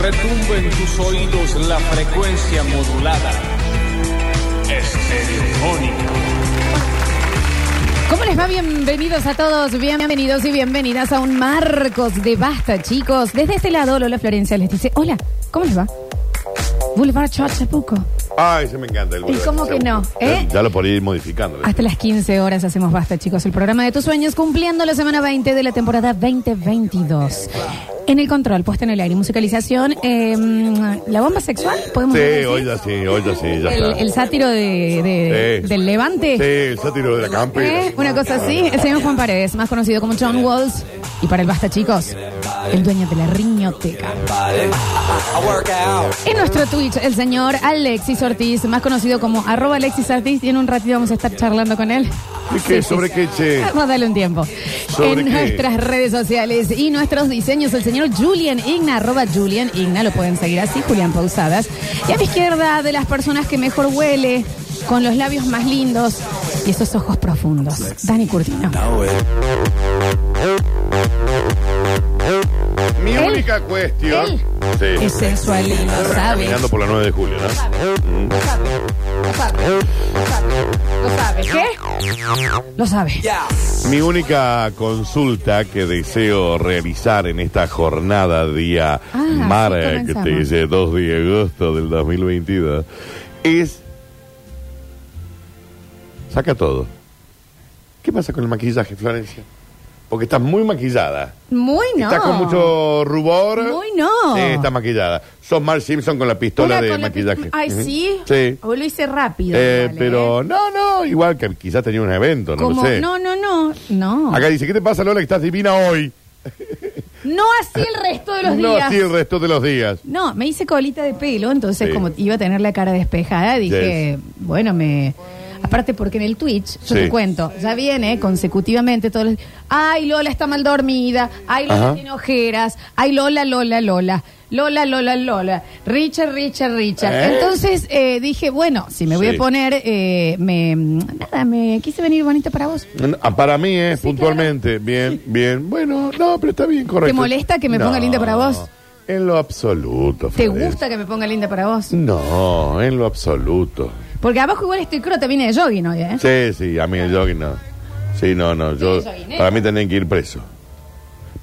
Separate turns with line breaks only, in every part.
Recibe en tus oídos la frecuencia modulada. Estereofónica.
¿Cómo les va? Bienvenidos a todos, bienvenidos y bienvenidas a un Marcos de Basta, chicos. Desde este lado, Lola Florencia les dice, hola, ¿cómo les va? Boulevard Chachapuco.
Ay, se me encanta el
¿Y cómo que no? ¿Eh?
Ya, ya lo podría ir modificando. ¿ves?
Hasta las 15 horas hacemos Basta, chicos. El programa de tus sueños cumpliendo la semana 20 de la temporada 2022. En el control, puesta en el aire, musicalización, eh, la bomba sexual, podemos
Sí,
decir?
hoy ya sí, hoy ya sí, ya
El,
está.
el sátiro de, de-
Sí.
del Levante.
Sí, el sátiro de la campera.
¿Eh? Una cosa así, el señor Juan Paredes, más conocido como John Walls. Y para el basta, chicos, el dueño de la riñoteca. En nuestro Twitch, el señor Alexis Ortiz, más conocido como arroba Alexis Ortiz, y en un ratito vamos a estar charlando con él.
¿Y qué? ¿Sobre qué, che?
Vamos a darle Ah, un tiempo.
¿Sobre
en
qué?
nuestras redes sociales y nuestros diseños, el señor Julian Igna, arroba Julian Igna, lo pueden seguir así, Julián Pausadas. Y a mi izquierda, de las personas que mejor huele, con los labios más lindos y esos ojos profundos, Dani Curtino.
Mi
Él.
única cuestión.
Él.
Sí.
Es sensual y lo sabe.
Caminando por la 9 de julio, ¿no?
Lo sabe. Lo sabe. ¿Qué? Lo sabe.
Mi única consulta que deseo realizar en esta jornada día
Ah, sí, comenzamos.
martes, eh, 2 de agosto del 2022, es... Saca todo. ¿Qué pasa con el maquillaje, Florencia? Porque estás muy maquillada.
Muy no.
Está con mucho rubor.
Muy no.
Sí, está maquillada. Sos Mark Simpson con la pistola
Una
de
con la-
maquillaje.
Ay,
Ujú.
sí.
Sí.
O lo hice rápido.
Eh,
igual, ¿eh?
pero no, no, igual que quizás tenía un evento, no
Como,
lo sé.
no, no, no, no.
Acá dice, ¿qué te pasa Lola que estás divina hoy?
No así el resto de los
no
días.
así el resto de los días.
No, me hice colita de pelo, entonces
Sí.
como iba a tener la cara despejada, dije, bueno, me... Aparte porque en el Twitch, yo
Sí.
te cuento, ya viene consecutivamente todos los... Ay, Lola está mal dormida, ay, Lola
Ajá.
tiene ojeras, ay, Lola, Lola, Lola, Lola, Lola, Lola, Richard, Richard, Richard.
¿Eh?
Entonces eh, dije, bueno, si me voy
Sí.
a poner, eh, me... Nada, me quise venir bonita para vos.
No, ah, Para mí es puntualmente, bien, bien. Bueno, no, pero está bien, correcto.
molesta que me ponga linda para vos?
En lo absoluto.
¿Te
Florencia.
gusta que me ponga linda para vos?
No, en lo absoluto.
Porque abajo igual estoy crota, vine de jogging hoy, ¿eh?
Sí, sí, a mí el jogging no. Sí, no, no, yo...
Sí, jogging, ¿eh?
Para mí tienen que ir preso.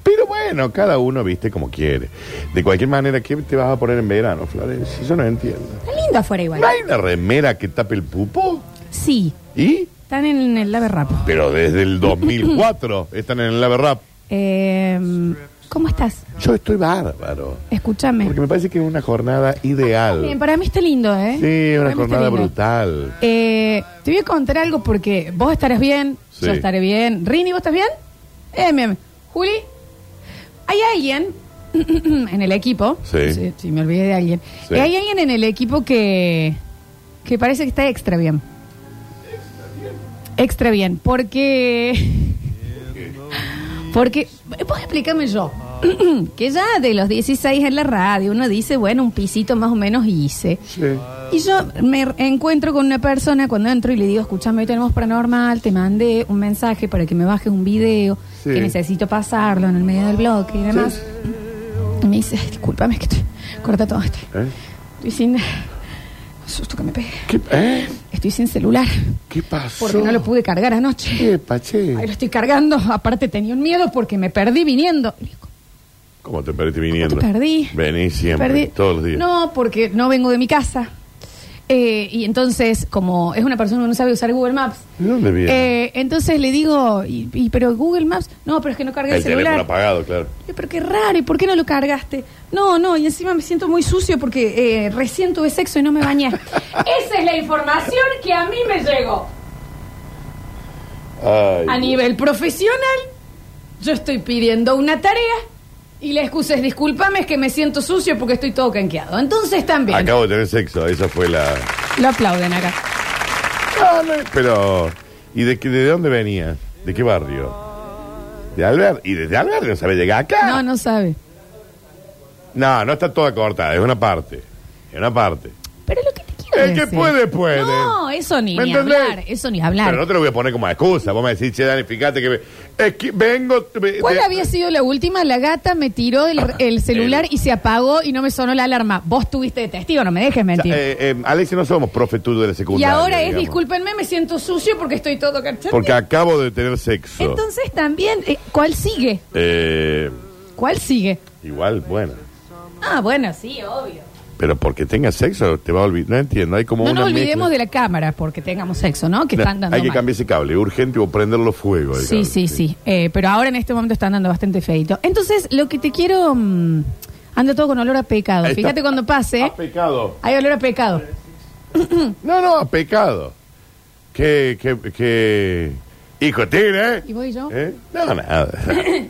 Pero bueno, cada uno viste como quiere. De cualquier manera, ¿qué te vas a poner en verano, Florencia? Yo no entiendo.
Está lindo afuera igual.
¿No hay una remera que tape el pupo?
Sí,
¿Y?
están en el lave rap.
Pero desde el 2004 están en el Lave Rap.
Eh, ¿Cómo estás?
Yo estoy bárbaro.
Escúchame.
Porque me parece que es una jornada
Bien,
ideal.
para mí está lindo, ¿eh?
Sí,
Para
una
mí está
jornada
lindo.
brutal.
Eh, te voy a contar algo porque vos estarás bien,
Sí.
yo estaré bien. Rini, ¿vos estás bien? Eh, mi- Juli, hay alguien en el equipo.
Sí.
Sí, sí, me olvidé de alguien.
Sí.
Eh, hay alguien en el equipo que, que parece que está extra bien. Extra bien, porque... Porque, vos explícame yo, que ya de los 16 en la radio uno dice, bueno, un pisito más o menos hice.
Sí.
Y yo me encuentro con una persona cuando entro y le digo, escúchame, hoy tenemos paranormal, te mandé un mensaje para que me bajes un video
Sí.
que necesito pasarlo en el medio del bloque y demás. Y me dice, discúlpame, es que estoy, corta todo esto.
¿Eh?
Estoy sin... Susto que me pegue.
¿Qué, eh?
Estoy sin celular
¿Qué pasó?
porque no lo pude cargar anoche.
¿Qué, Pache?
Ahí lo estoy cargando. Aparte tenía un miedo porque me perdí viniendo. Y le digo,
¿Cómo te perdiste viniendo?
te perdí?
Vení siempre,
Perdí-
todos los días.
No, porque no vengo de mi casa. Eh, y entonces, como es una persona que no sabe usar Google Maps,
¿De dónde viene?
eh, entonces le digo, y, y pero Google Maps? No, pero es que no cargué el,
el teléfono
celular.
apagado, claro.
Eh, Pero qué raro, ¿y por qué no lo cargaste? No, no, y encima me siento muy sucio porque eh, recién tuve sexo y no me bañé. Esa es la información que a mí me llegó.
Ay,
A nivel profesional, yo estoy pidiendo una tarea y la excusa es discúlpame, es que me siento sucio porque estoy todo canqueado. Entonces también.
Acabo de tener sexo, esa fue la...
Lo aplauden acá.
Ah, no, pero... ¿Y de, qué- de dónde venías? ¿De qué barrio? ¿De Albert? ¿Y desde Albert no sabe llegar acá?
No, no sabe.
No, no está toda cortada, es una parte. Es una parte.
Pero lo que te quiero quiero
El que
decir.
puede, puede.
No, eso ni,
¿Me
ni
entendés?
hablar. Eso ni hablar.
Pero no te lo voy a poner como excusa. Vos me decís, che, Dani, fíjate que, ve- es que vengo. de-
¿Cuál
de-
había sido la última? La gata me tiró el,
Ah,
el celular y se apagó y no me sonó la alarma. Vos tuviste de testigo, no me dejes
O sea,
mentir.
eh, eh, Alexis, no somos profetudos de la
y
secundaria.
ahora es,
digamos.
discúlpenme, me siento sucio porque estoy todo cachando.
Porque acabo de tener sexo.
Entonces también, eh, ¿cuál sigue?
Eh,
¿Cuál sigue?
igual, bueno.
Ah, bueno, sí, obvio.
Pero porque tengas sexo te va a olvidar. No entiendo. Hay como
No
una
nos olvidemos
mezcla.
de la cámara porque tengamos sexo, ¿no? Que están
No,
dando
Hay que
mal.
cambiar ese cable. Urgente o prenderlo fuego. el
Sí,
cable,
sí, sí. Eh, pero ahora en este momento están dando bastante feito. Entonces, lo que te quiero. mm, anda todo con olor a pecado.
Ahí está. Ah,
Fíjate cuando pase.
A pecado.
Hay olor a pecado.
No, no, a pecado. Que, que, que... Hijo tigre, ¿eh?
¿Y vos y yo?
¿Eh? No, nada.
¿Eh?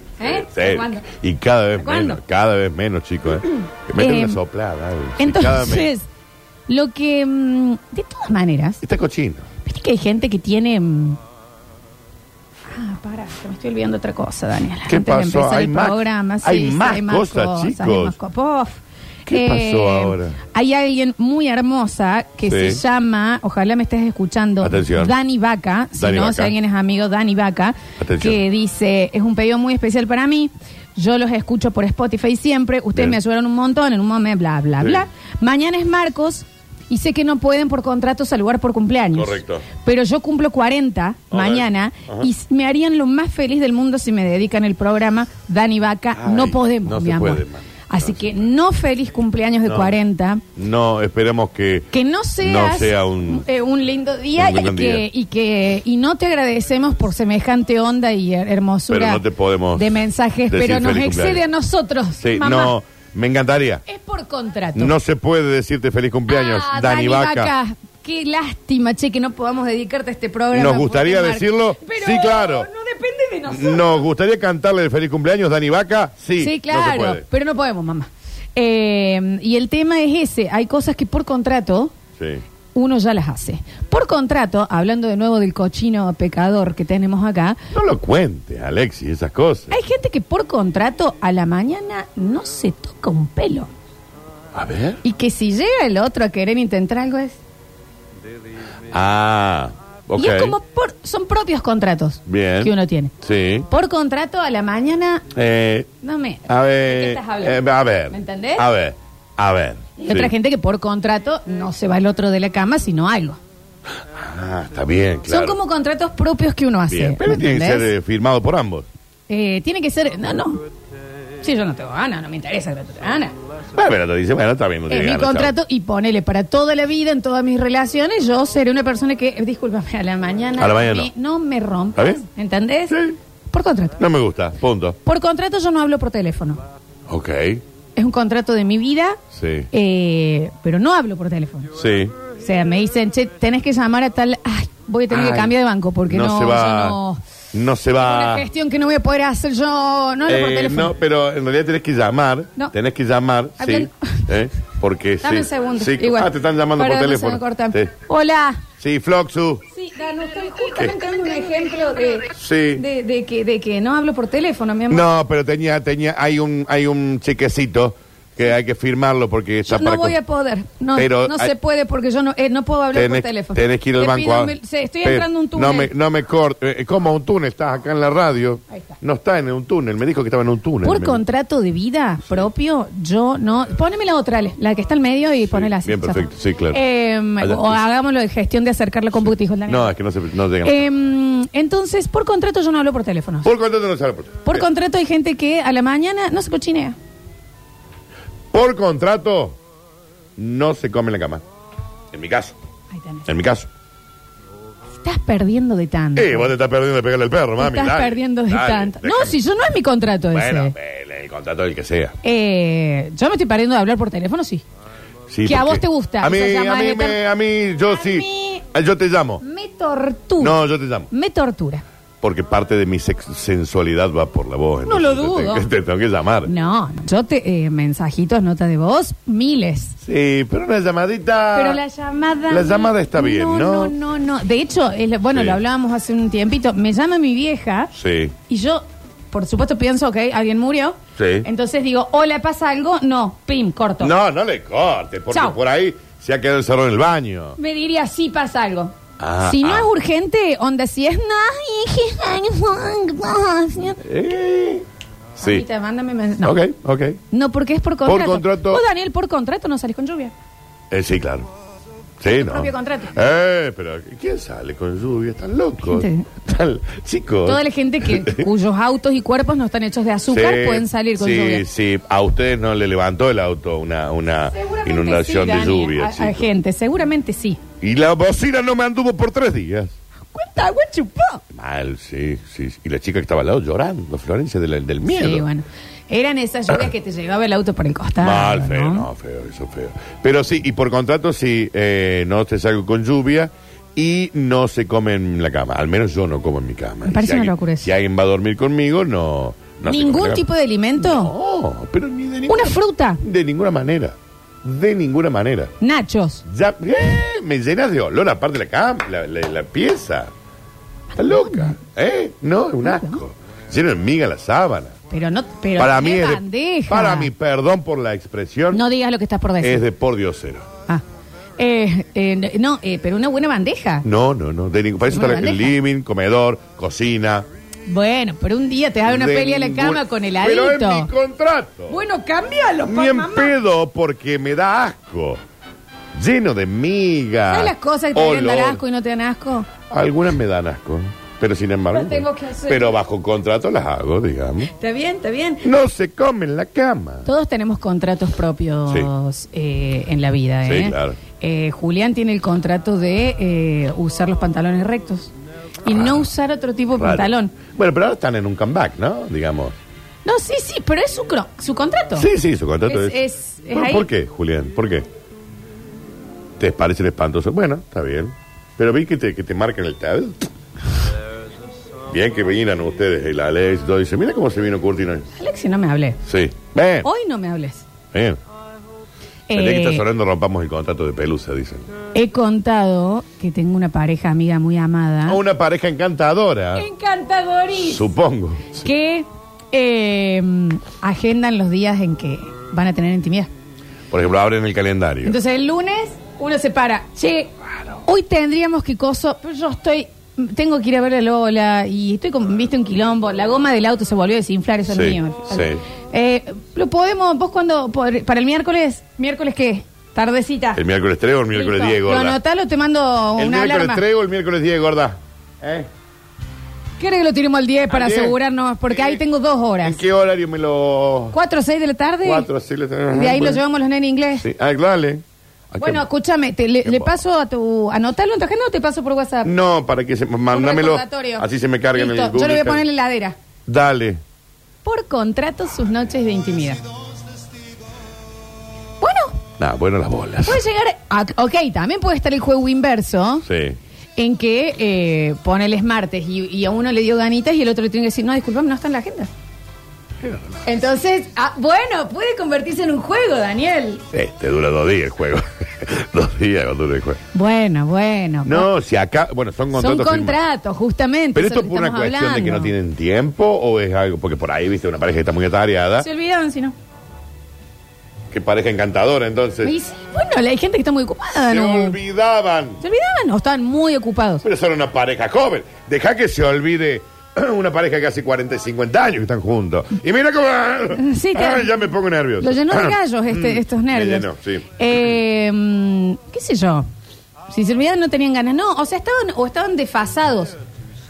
Sí.
¿Hasta cuándo?
Y cada vez
¿Hasta cuándo?
menos, cada vez menos, chicos. ¿eh? Que meten
Eh,
una soplada. ¿eh? Sí, cada mes.
Entonces, lo que. mm, de todas maneras,
Está cochino.
viste que hay gente que tiene. mm, Ah, para, que me estoy olvidando otra cosa, Daniel.
¿Qué
Antes de
pasó?
empezar
Hay
el
más-
programa, sí,
hay
sí,
más cosas,
Hay
chicos.
más co- Pof. Eh,
¿Qué pasó ahora?
Hay alguien muy hermosa que
Sí.
se llama, ojalá me estés escuchando,
Atención.
Dani Vaca. Si
Dani
no,
Vaca.
si alguien es amigo, Dani Vaca,
Atención.
que dice: Es un pedido muy especial para mí. Yo los escucho por Spotify siempre. Ustedes
Bien.
me ayudaron un montón en un momento, bla, bla,
Sí.
bla. Mañana es Marcos y sé que no pueden por contrato saludar por cumpleaños.
Correcto.
Pero yo cumplo 40
A
mañana
ver. Ajá.
y s- me harían lo más feliz del mundo si me dedican el programa Dani Vaca.
Ay,
no podemos,
no se
mi amor.
puede, man.
Así
No
que no feliz cumpleaños de
No.
40.
No, esperemos que...
Que no seas
No sea un-
eh, un lindo día,
un lindo
y, que,
día.
y que y no te agradecemos por semejante onda y her- hermosura
Pero no te podemos
de mensajes,
decir
pero nos
feliz
excede a
cumpleaños.
nosotros.
Sí,
mamá.
no, me encantaría.
Es por contrato.
No se puede decirte feliz cumpleaños,
Ah,
Dani Vaca.
Qué lástima, che, que no podamos dedicarte a este programa.
Nos gustaría
porque, Marco,
decirlo,
pero
sí, claro.
No depende de nosotros.
Nos gustaría cantarle el feliz cumpleaños, Dani Vaca. Sí,
Sí,
No se
claro,
puede.
pero no podemos, mamá. Eh, y el tema es ese. Hay cosas que por contrato
Sí.
uno ya las hace. Por contrato, hablando de nuevo del cochino pecador que tenemos acá,
No lo cuentes, Alexis, esas cosas.
hay gente que por contrato a la mañana no se toca un pelo.
A ver.
Y que si llega el otro a querer intentar algo es...
Ah, ok.
Y es como por, son propios contratos
Bien.
que uno tiene.
Sí.
Por contrato a la mañana,
Eh,
no me.
a ver.
¿De qué estás hablando?
eh, a ver.
¿Me entendés?
A ver. A ver.
Y otra
Sí.
gente que por contrato no se va el otro de la cama, sino algo.
Ah, está bien, claro.
Son como contratos propios que uno hace.
Bien, pero
¿me
tiene que ser
entendés?
eh, firmado por ambos.
Eh, tiene que ser. No, no. Sí, yo no tengo ganas, no me interesa que no tengo ganas.
Bueno, pero te dice, bueno, está bien. No tiene
Es mi
ganas,
contrato y ponele para toda la vida, en todas mis relaciones, yo seré una persona que, eh, discúlpame, a la mañana,
A la mañana
me- no me rompas.
¿Está bien?
¿Entendés?
Sí.
Por contrato.
chao. No me gusta, punto.
Por contrato yo no hablo por teléfono.
Ok,
Es un contrato de mi vida,
sí.
eh, pero no hablo por teléfono.
Sí.
O sea, me dicen, che, tenés que llamar a tal. Ay, voy a tener que
Ay,
cambiar de banco porque no,
se va.
yo no-
no se
Una
va.
gestión que no voy a poder hacer yo. No hablo por
Eh,
teléfono.
no, pero en realidad tenés que llamar.
No.
Tenés que llamar,
Ah,
sí.
pero-
eh, porque
Dame
sí.
un segundo.
Sí,
Igual.
Ah, te están llamando
Pará, no
por
se me
teléfono.
cortan.
Sí.
Hola.
Sí, Floxu.
Sí, Danu, estoy justamente dando un ejemplo de,
Sí.
de, de que, de que no hablo por teléfono, mi amor.
No, pero tenía, tenía, hay un, hay un chequecito que hay que firmarlo porque está
Yo no
para.
voy a poder. No,
Pero
no
hay-
se puede porque yo no, eh, no puedo hablar
Tenés,
por teléfono.
tenés que ir al
Te
banco.
pido
a-
mil- sí, estoy
Pero
entrando en un túnel.
No me, no me corte. eh, ¿Cómo un túnel? Estás acá en la radio.
Ahí está.
No está en un túnel. Me dijo que estaba en un túnel.
Por
Me-
contrato de vida propio, yo no. Poneme la otra, Ale, la que está al medio y ponela así.
bien,
zafa.
perfecto, sí, claro.
Em,
Allá,
o
sí.
hagámoslo de gestión de acercar la computa, hijo de la
No,
mierda.
es que no se, no llegan.
Em, entonces, por contrato yo no hablo por teléfono.
por contrato no sale por.
Por
Bien.
contrato hay gente que a la mañana no se cochinea.
Por contrato no se come en la cama. En mi caso.
Ahí tenés.
En mi caso.
Estás perdiendo de tanto.
Eh, vos te estás perdiendo de pegarle al perro, mami.
Estás
dale,
perdiendo de
dale,
tanto.
déjame.
No, si yo no es mi contrato
Bueno,
ese.
el, el contrato del que sea.
Eh, yo me estoy perdiendo de hablar por teléfono, sí.
Sí,
Que a
porque-
vos te gusta,
A mí,
o sea,
a
llamás
mí,
de
me- a mí, yo
A
sí.
mí-
Ah, Yo te llamo.
Me tortura.
No, yo te llamo.
Me tortura.
Porque parte de mi sex- sensualidad va por la voz.
No
entonces
lo
te tengo-
dudo.
Te, tengo que llamar.
No, yo te. eh, mensajitos, nota de voz, miles.
Sí, pero una llamadita.
Pero la llamada.
Ah, La llamada está bien,
No,
¿no?
no, no. De hecho, es lo- bueno,
Sí.
lo hablábamos hace un tiempito. Me llama mi vieja
Sí.
y yo, por supuesto, pienso, ok, alguien murió.
Sí.
Entonces digo, hola, ¿pasa algo? No, pim, corto.
No, no le cortes, porque
Chau.
por ahí Se ha quedado encerrado en el baño.
Me diría, sí pasa algo.
Ah,
si no
ah.
es urgente, onda, si es nada.
Eh, Sí.
Mamita, mándame mens- no.
Ok, ok.
No, porque es por contrato.
contrato.
Vos, Daniel, por contrato no salís con lluvia.
Eh, sí, claro. Sí, ¿no?
propio contrato.
Eh, pero ¿quién sale con lluvia? Están locos.
Gente.
Están- chicos.
Toda la gente que cuyos autos y cuerpos no están hechos de azúcar
Sí,
pueden salir con
sí,
lluvia.
Sí, a ustedes no le levantó el auto una, una
Seguramente
inundación
sí,
de
Dani,
lluvia.
a- a
chicos.
gente, seguramente sí.
Y la bocina no me anduvo por tres días.
¿Cuánta agua chupó?
Mal, sí, sí. sí. Y la chica que estaba al lado llorando, Florencia, de la- del miedo.
Sí, bueno. Eran esas lluvias que te llevaba el auto por el costado.
Mal, feo,
¿no?
¿no? feo, eso feo. Pero sí, y por contrato sí, eh, no te salgo con lluvia y no se come en la cama. Al menos yo no como en mi cama.
Me parece
Si
una
alguien-
locura eso.
Si alguien va a dormir conmigo, no. no se come en
Ningún
la
tipo
cama.
de alimento.
No, Oh, pero ni de ninguna
Una fruta.
De ninguna manera. De ninguna manera.
Nachos.
Ya, eh, me llenas de olor aparte de la cama, la, la- la pieza. Está loca, ¿eh? No, es un asco. Lleno de miga la sábana.
Pero no. Pero
para
qué
mí es de-
bandeja.
Para mí, perdón por la expresión,
No digas lo que estás por decir.
es de por diosero.
Ah. Eh, eh, no, eh, pero una buena bandeja.
No, no, no. De ningún- para eso
Una
está el
bandeja.
living, comedor, cocina.
Bueno, pero un día te das una
De
peli a la
ningún-
cama con el
Pero es mi
adito.
contrato.
Bueno, cámbialo, pa,
Ni en
mamá.
pedo porque me da asco. Lleno de migas.
¿Sabes las cosas que te deben dar
olor.
asco y no te dan asco?
Algunas me dan asco, pero sin embargo.
Las tengo que hacer.
Pero bajo contrato las hago, digamos.
Está bien, está bien.
No se come en la cama.
Todos tenemos contratos propios eh, en la vida,
Sí,
¿eh?
claro.
Eh, Julián tiene el contrato de eh, usar los pantalones rectos y no usar otro tipo de
Ah, Raro.
pantalón.
Bueno, pero ahora están en un comeback, ¿no? Digamos.
No, sí, sí, pero es su, cro- su contrato.
Sí, sí, su contrato
Es-
es.
es- es
¿Por,
ahí.
por qué, Julián? ¿Por qué? ¿Te parece espantoso? Bueno, está bien. Pero vi que te, que te marcan el tablet. Bien que vinieran ustedes, el Alex, y todo. Dice, mira cómo se vino Curtin hoy.
Alexi, no me hables.
Sí. Bien,
Hoy no me hables.
bien. El día que
Oh. Eh,
está sonando rompamos el contrato de pelusa, dicen.
he contado que tengo una pareja amiga muy amada.
Ah, Una pareja encantadora,
Encantadoris.
supongo.
que eh, agendan los días en que van a tener intimidad.
Por ejemplo, abren el calendario.
Entonces el lunes uno se para, che, hoy tendríamos que coso, pero yo estoy, tengo que ir a ver a Lola y estoy con, viste, un quilombo, la goma del auto se volvió a desinflar, eso
Sí,
es mío.
sí.
Eh, lo podemos, vos cuando, para el miércoles, miércoles qué, tardecita.
el miércoles 3 o el miércoles
Listo.
10,
Lo
gorda.
anotalo, te mando
el
una
miércoles
alarma.
3 o el miércoles 10, gorda. ¿Eh?
¿Quieres que lo tiremos al 10 para
Al 10?
asegurarnos? Porque ahí
Eh,
tengo dos horas.
¿En qué horario me lo.?
4 o 6 de la tarde.
Cuatro, sí, le tenemos-
De ahí lo
Bueno.
llevamos los nenes inglés.
Sí, ah, dale. ¿A
Bueno,
qué-
escúchame, te, le,
qué
le
bo-
paso a tu. ¿Anotalo en tu agenda o te paso por WhatsApp?
No, para que se.
Un
Mándamelo.
recordatorio.
Así se me carga en el
Listo, Yo le voy a
Google Cal-
poner en la heladera.
Dale.
Por contrato, sus noches de intimidad. Bueno,
Nah, bueno, las bolas.
puede llegar. a- ok, también puede estar el juego inverso.
Sí.
En que eh, poneles martes y, y a uno le dio ganitas y el otro le tiene que decir, no, disculpame, no está en la agenda. Entonces, ah, bueno, puede convertirse en un juego, Daniel.
Este dura dos días el juego. dos días dura el juego.
Bueno, bueno. pues,
No, si acá. Bueno, son
Son
contratos. firmados.
contratos, justamente.
Pero
eso
esto
es
es
lo
por
que
una
estamos
cuestión de que no
hablando.
tienen tiempo o es algo. Porque por ahí, viste, una pareja que está muy atareada.
Se olvidaron, si no.
Qué pareja encantadora, entonces.
Y sí, bueno, hay gente que está muy ocupada,
Se
¿no?
olvidaban.
¿Se olvidaban o estaban muy ocupados?
Pero son una pareja joven. Deja que se olvide una pareja que hace 40 y 50 años que están juntos. Y mira cómo.
Sí, te-
Ah, ya me pongo nervioso. Mm,
Lo llenó de gallos este- estos
me
nervios.
llenó, sí.
Eh, mm, ¿Qué sé yo? Si se olvidaban no tenían ganas. No, o sea, estaban o estaban desfasados.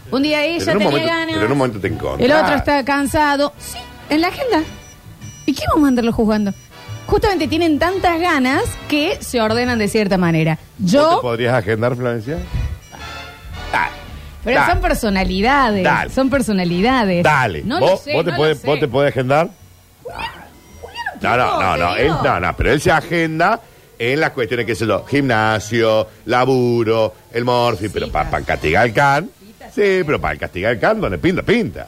Un día ella
Pero en
tenía
un momento-
ganas.
pero en un momento te encontrás.
El otro está cansado. Sí, en la agenda. ¿Y qué vamos a andarlo juzgando? Justamente tienen tantas ganas que se ordenan de cierta manera.
¿Vos te
Yo,
podrías agendar, Florencia? Ah, Dale.
pero
dale,
son personalidades.
Dale.
Son personalidades.
Dale.
Eh, No lo
¿Vos,
sé,
vos te
no lo
podés,
sé.
¿Vos te podés agendar? No, no, no, no,
te
él,
digo.
no, no, pero él se agenda en las cuestiones que se lo gimnasio, laburo, el morfi, pero para castigar el can. Sí, pero para el castigar el can, donde pinta, pinta.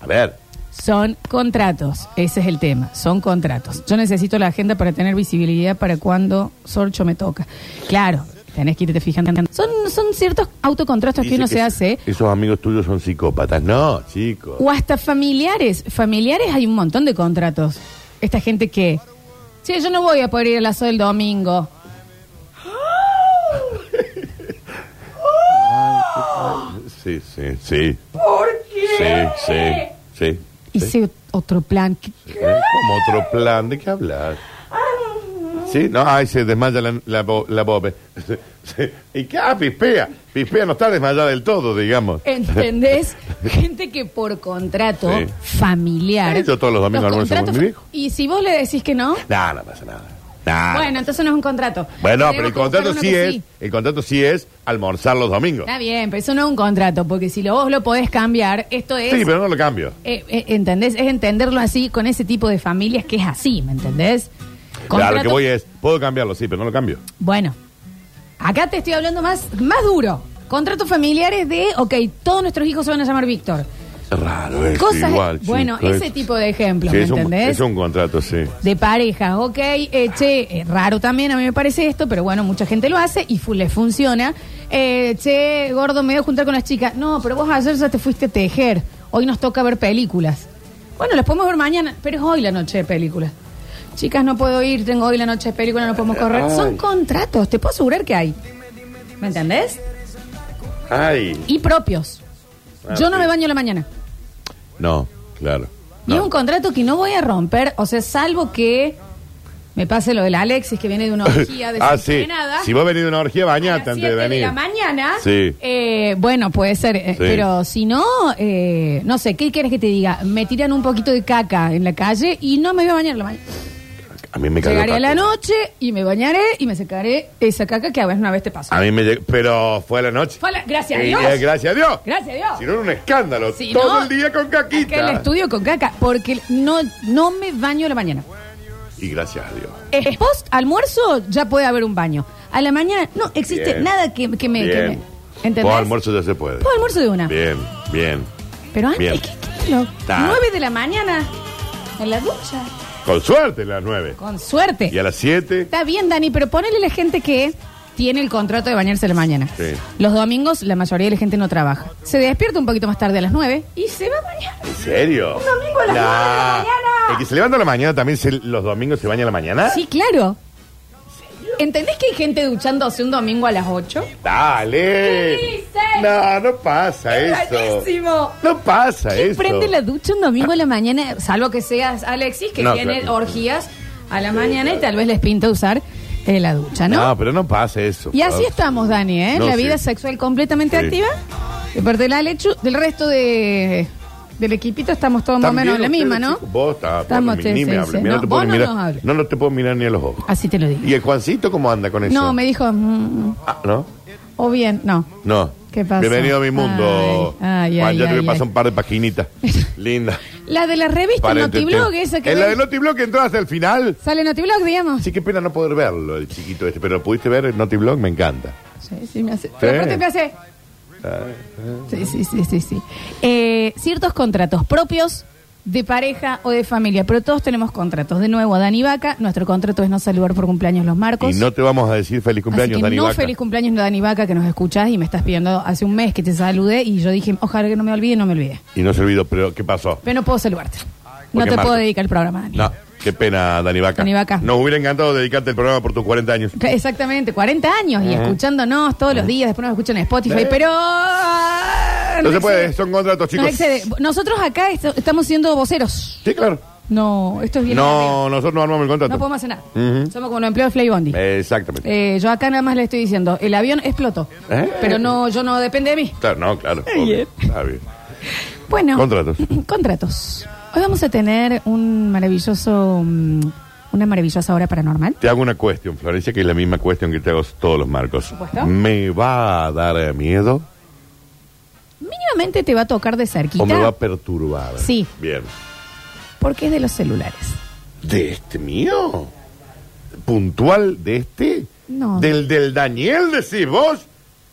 A ver,
Son contratos, ese es el tema, son contratos. Yo necesito la agenda para tener visibilidad para cuando Sorcho me toca. Claro, tenés que irte fijando. Son, son ciertos autocontratos que
dice
uno
que
se
es-
hace, Uh.
Esos amigos tuyos son psicópatas. No, chicos.
o hasta familiares. Familiares hay un montón de contratos. Esta gente que, sí, yo no voy a poder ir al asado el domingo.
sí, sí, sí.
¿Por
Sí,
qué?
sí, sí.
Hice otro plan. ¿Qué-
¿Eh? Como otro plan, ¿de qué hablar? Sí, no, ay, se desmaya la, la, bo- la bobe. Sí. ¿Y qué? Ah, pispea. Pispea no está desmayada del todo, digamos.
¿Entendés? Gente que por contrato
Sí.
familiar.
Sí, yo todos los domingos almuerzo con
contratos-
mi viejo.
Y si vos le decís que no,
No, no pasa nada. Nah.
bueno, entonces no es un contrato.
Bueno,
Tenemos
pero el
que buscar
contrato
uno
sí
que
es, el contrato sí es almorzar los domingos.
Está bien, pero eso no es un contrato, porque si lo, vos lo podés cambiar, esto es.
Sí, pero no lo cambio.
eh, eh, ¿Entendés? Es entenderlo así con ese tipo de familias que es así, ¿me entendés?
Claro, lo
Contrato-
que voy es, puedo cambiarlo, sí, pero no lo cambio.
Bueno, acá te estoy hablando más, más duro. Contratos familiares de, ok, todos nuestros hijos se van a llamar Víctor.
Es raro, es
Cosas-
igual.
bueno,
chico,
ese
es-
tipo de ejemplos,
Sí,
¿me
es un-
entendés?
es un contrato, sí.
De pareja, ok, eh, che, eh, raro también, a mí me parece esto, pero bueno, mucha gente lo hace y fu- le funciona. Eh, che, gordo, me voy a juntar con las chicas. No, pero vos ayer ya te fuiste a tejer, hoy nos toca ver películas. Bueno, las podemos ver mañana, pero es hoy la noche de películas. Chicas, no puedo ir, tengo hoy la noche de películas, no podemos correr. Son contratos, te puedo asegurar que hay. ¿Me entendés?
Ay.
Y propios.
Ah,
Yo no
sí.
me baño a la mañana.
No, claro.
Y es
No.
un contrato que no voy a romper, o sea, salvo que me pase lo del Alexis, que viene de una orgía de
ah, sí. Si vos venís de una orgía,
a las
bañate antes de
siete
venir.
la mañana,
Sí.
eh, bueno, puede ser, eh,
Sí.
pero si no, eh, no sé, ¿qué quieres que te diga? Me tiran un poquito de caca en la calle y no me voy a bañar en la mañana.
A mí me cayó
Llegaré a la
caca.
noche y me bañaré y me sacaré esa caca que a veces una vez te pasa.
A mí me llegó, pero fue a la noche.
Fue a la- gracias a
Y,
Dios.
eh, gracias a Dios.
Gracias a Dios.
Si no era un escándalo.
Si
todo
no,
el día con
Acá en el
caquita.
estudio con caca, porque no, no me baño a la mañana.
Y gracias a Dios.
Eh, post almuerzo ya puede haber un baño. A la mañana no existe
Bien.
nada que, que me. que
Bien.
me- ¿Entendés?
Vos almuerzo ya se puede.
Puedo almuerzo de una.
Bien, bien.
Pero antes,
Bien.
¿qué, qué es lo?
Ta.
Nueve de la mañana en la ducha.
Con suerte las nueve.
Con suerte.
Y a las siete.
Está bien, Dani, pero ponele a la gente que tiene el contrato de bañarse a la mañana.
Sí.
Los domingos la mayoría de la gente no trabaja. Se despierta un poquito más tarde a las nueve y se va a bañar.
¿En serio?
Un domingo a las nueve de la mañana.
El que se levanta a la mañana también se- los domingos se baña a la mañana.
Sí, claro. ¿Entendés que hay gente duchándose un domingo a las ocho?
Dale.
¿Qué dices?
No, no pasa eso.
¡Buenísimo!
No pasa
¿Quién
eso.
prende la ducha un domingo a la mañana? Salvo que seas Alexis, que
No,
tiene
claro.
orgías a la mañana y tal vez les pinta usar eh, la ducha, ¿no?
No, pero no pasa eso.
y así
Flor.
estamos, Dani, ¿eh?
No,
la
sí.
vida sexual completamente
Sí.
activa. De parte de la Alechu, del resto de, del equipito estamos todos más o
También
menos en la
ustedes,
misma, ¿no?
chicos, Vos estás,
Estamos,
ni,
sí,
ni me
sí,
hables,
sí. No,
mira, no, te puedo
vos no
mirar,
nos hables.
no, no te puedo mirar ni a los ojos.
Así te lo digo.
¿Y el Juancito cómo anda con eso?
No, me dijo, mm,
Ah, ¿No?
o bien, no.
No.
¿Qué pasó?
Bienvenido a mi mundo.
Ay, ay,
Juan,
ay,
ya te
ay, Este
voy a pasar
ay.
un par de paginitas. Linda.
La de la revista
Para
Notiblog,
entender.
esa que
En la
ve-
de Notiblog entró hasta el final.
sale Notiblog, digamos.
Sí, qué pena no poder verlo, el chiquito este. Pero pudiste ver el Notiblog, me encanta.
Sí, sí, me hace. Pero aparte me hace. Sí, sí, sí, sí, sí. Eh, ciertos contratos propios de pareja o de familia, pero todos tenemos contratos. De nuevo, a Dani Vaca, nuestro contrato es no saludar por cumpleaños los marcos.
Y no te vamos a decir feliz cumpleaños,
Así que
Dani
no
Vaca.
feliz cumpleaños no Dani Vaca que nos escuchás y me estás pidiendo hace un mes que te salude y yo dije, ojalá que no me olvide, no me olvide.
Y no se olvidó, pero ¿qué pasó?
Pero no puedo saludarte. No
Porque
te puedo
marco.
dedicar el programa, Dani.
No, qué pena, Dani Vaca.
Dani Vaca.
Nos hubiera encantado dedicarte el programa por tus 40 años.
Exactamente, 40 años y escuchándonos todos los días, después nos escuchan en Spotify, pero... ah,
No se
nos
puede,
excede.
son contratos, chicos.
Nos excede. Nosotros acá est- estamos siendo voceros.
Sí, claro.
No, esto es bien. arriba.
No, nosotros no armamos el contrato.
no podemos hacer nada.
Ujú.
Somos como los empleados de Flybondi.
Exactamente.
Eh, yo acá nada más le estoy diciendo, el avión explotó.
¿Eh?
Pero no, yo no depende de mí.
Claro, no, claro.
Ay, eh.
obvio. Está bien.
Bueno.
Contratos.
contratos. Hoy vamos a tener un maravilloso, mm, una maravillosa hora paranormal.
Te hago una cuestión, Florencia, que es la misma cuestión que te hago todos los marcos.
supuesto.
¿Me va a dar miedo
Mínimamente te va a tocar de cerquita
o me va a perturbar?
Sí.
Bien.
porque es de los celulares.
¿De este mío? ¿Puntual de este?
No.
¿Del del Daniel, decís vos?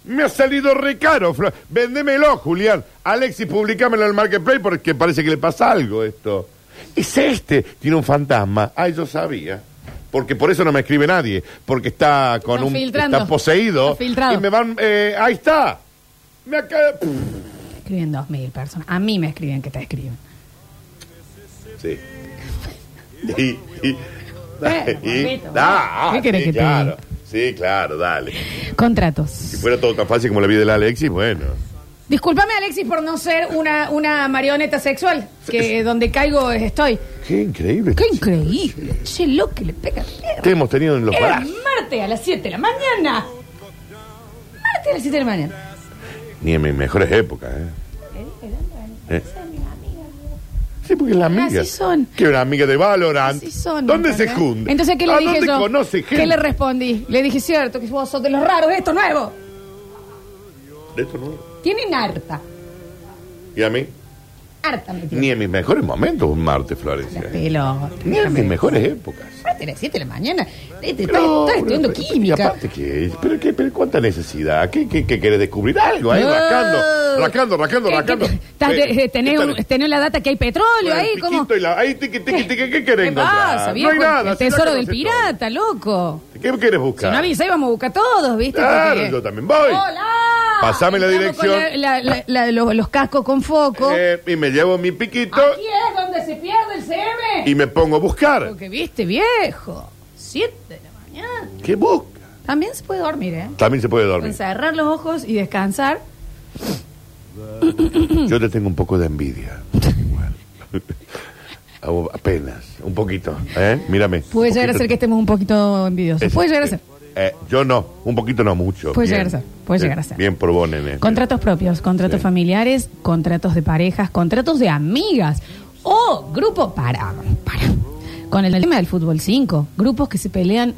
Me ha salido re caro, Flo- Vendémelo, Julián. Alexis, publicámelo en el Marketplace porque parece que le pasa algo esto. Es este. Tiene un fantasma. Ay, yo sabía. Porque por eso no me escribe nadie. Porque está con
Está
un...
filtrando.
Está poseído.
Está filtrado.
Y me van... eh, ahí está. Me acaba...
Escriben 2.000 personas. A mí me escriben que te escriben.
Sí. Y, y-
Bueno,
y-
Pablito,
da,
¿qué
sí,
querés que te
claro.
diga?
Sí, claro, dale.
Contratos.
Si fuera todo tan fácil como la vida de la Alexis, bueno.
Discúlpame, Alexis, por no ser una, una marioneta sexual, que donde caigo es- estoy.
Qué increíble.
¡Qué
chico.
increíble! Che, lo que le pega al perro.
Te hemos tenido en los
Era
brazos.
martes a las 7 de la mañana. Martes a las 7 de la mañana.
Ni en mis mejores épocas, ¿eh? ¿Eh? Sí, porque es la amiga.
Así son.
Que una amiga de Valorant.
Así son.
¿Dónde
¿entendés?
se junde?
Entonces, ¿qué le
¿A
dije
dónde
yo?
conoce gente?
¿Qué le respondí? Le dije, cierto, que vos sos de los raros de esto nuevo.
De esto no.
Tienen harta.
¿Y a mí?
Harta me tienen.
Ni en mis mejores momentos un martes,
La
Florencia.
pelota.
Ni en mis mejores épocas.
Martes a las 7 de la mañana. Te- te- Estás
Pero-
estás estudiando
pero-
química.
Y aparte que, pero, qué, pero cuánta necesidad, ¿Qué, qué, qué querés descubrir algo ahí,
No.
racando, racando, racando,
Eh,
racando.
que- estás
Eh,
de- eh, tenés,
¿qué
un-
tal?
tenés la data que hay
Con
petróleo
el
ahí, como.
piquito y la- ahí, tiqui, tiqui, tiqui, ¿qué querés
¿Qué
encontrar?
pasa,
no hay
viejo?
nada.
el
si no
tesoro del
conoces
pirata, loco.
todo. ¿Qué querés buscar?
Si no avisa, íbamos a buscar todos, ¿viste?
Claro,
Porque-
yo también voy.
¡Hola!
Pasame la
Estamos con
dirección.
la- la- la- la- los, los cascos con foco.
Eh, y me llevo mi piquito
Aquí es donde se pierde el CM.
y me pongo a buscar.
Lo que viste, viejo. Siete de la mañana.
¿Qué busca?
También se puede dormir, ¿eh?
También se puede dormir.
Con cerrar los ojos y descansar.
Yo te tengo un poco de envidia. Igual. A vos Apenas, un poquito. ¿eh? Mírame.
Puede
un
llegar a
poquito.
ser que estemos un poquito envidiosos.
Es-
Puede llegar a
eh,
ser.
eh, yo no, un poquito no mucho.
Puede
Bien.
llegar a ser, puede
Eh,
llegar a ser.
Bien por vos, nene.
Contratos propios, contratos
Sí.
familiares, contratos de parejas, contratos de amigas o grupo para, para. Con el tema del fútbol 5, grupos que se pelean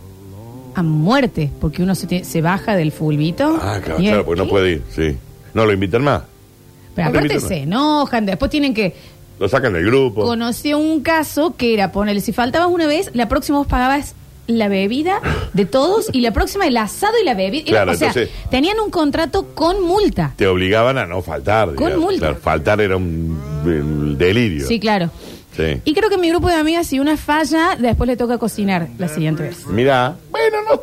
a muerte porque uno se, te- se baja del fulbito.
Ah, claro,
y es-
claro, porque no puede ir, sí. No lo invitan más.
Pero
no lo
aparte
invitan
se enojan, después tienen que
Lo sacan del grupo.
conocí un caso que era ponerle si faltabas una vez, la próxima vos pagabas la bebida de todos y la próxima el asado y la bebida. Era-
Claro,
o sea,
entonces-
tenían un contrato con multa.
Te obligaban a no faltar.
Con multa.
Claro, faltar era un, un delirio.
Sí, claro.
Sí.
Y creo que mi grupo de amigas, si una falla, después le toca cocinar la siguiente vez.
Mirá, bueno, no,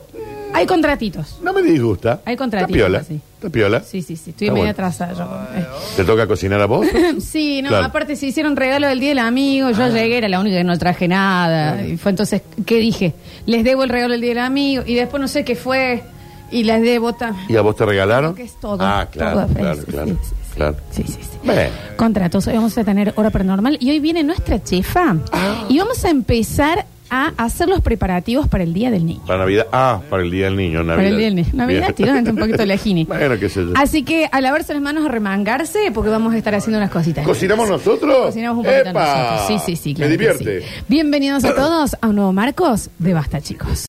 Hay contratitos.
no me disgusta.
Hay contratitos,
Está piola.
así.
Está piola.
Sí, sí, sí. Estoy
Está
medio
bueno.
atrasada yo.
¿Te toca cocinar a vos?
Eh. Sí, no,
Claro. Ah.
aparte se hicieron regalo del Día del Amigo. Yo llegué, era la única que no traje nada. Y fue entonces, ¿qué dije? Les debo el regalo del Día del Amigo. Y después no sé qué fue. Y les debo también.
¿Y a vos te regalaron?
Creo que es todo.
Ah, claro,
Todo,
claro,
sí,
claro.
sí, sí, sí.
claro.
Sí, sí, sí.
Bueno.
Contratos. Hoy vamos a tener hora paranormal y hoy viene nuestra chefa.
Ah.
Y vamos a empezar a hacer los preparativos para el Día del Niño.
Para Navidad. Ah, para el Día del Niño, Navidad.
Para el Día del Niño. Navidad
Bien.
tiró un poquito la jini.
Bueno, qué sé yo.
Así que a lavarse las manos, a remangarse, porque vamos a estar haciendo unas cositas.
¿Cocinamos nosotros?
Cocinamos un poquito
¡Epa!
nosotros. Sí, sí, sí.
Me
claro que
divierte.
sí. Bienvenidos a todos a un nuevo Marcos de Basta, chicos.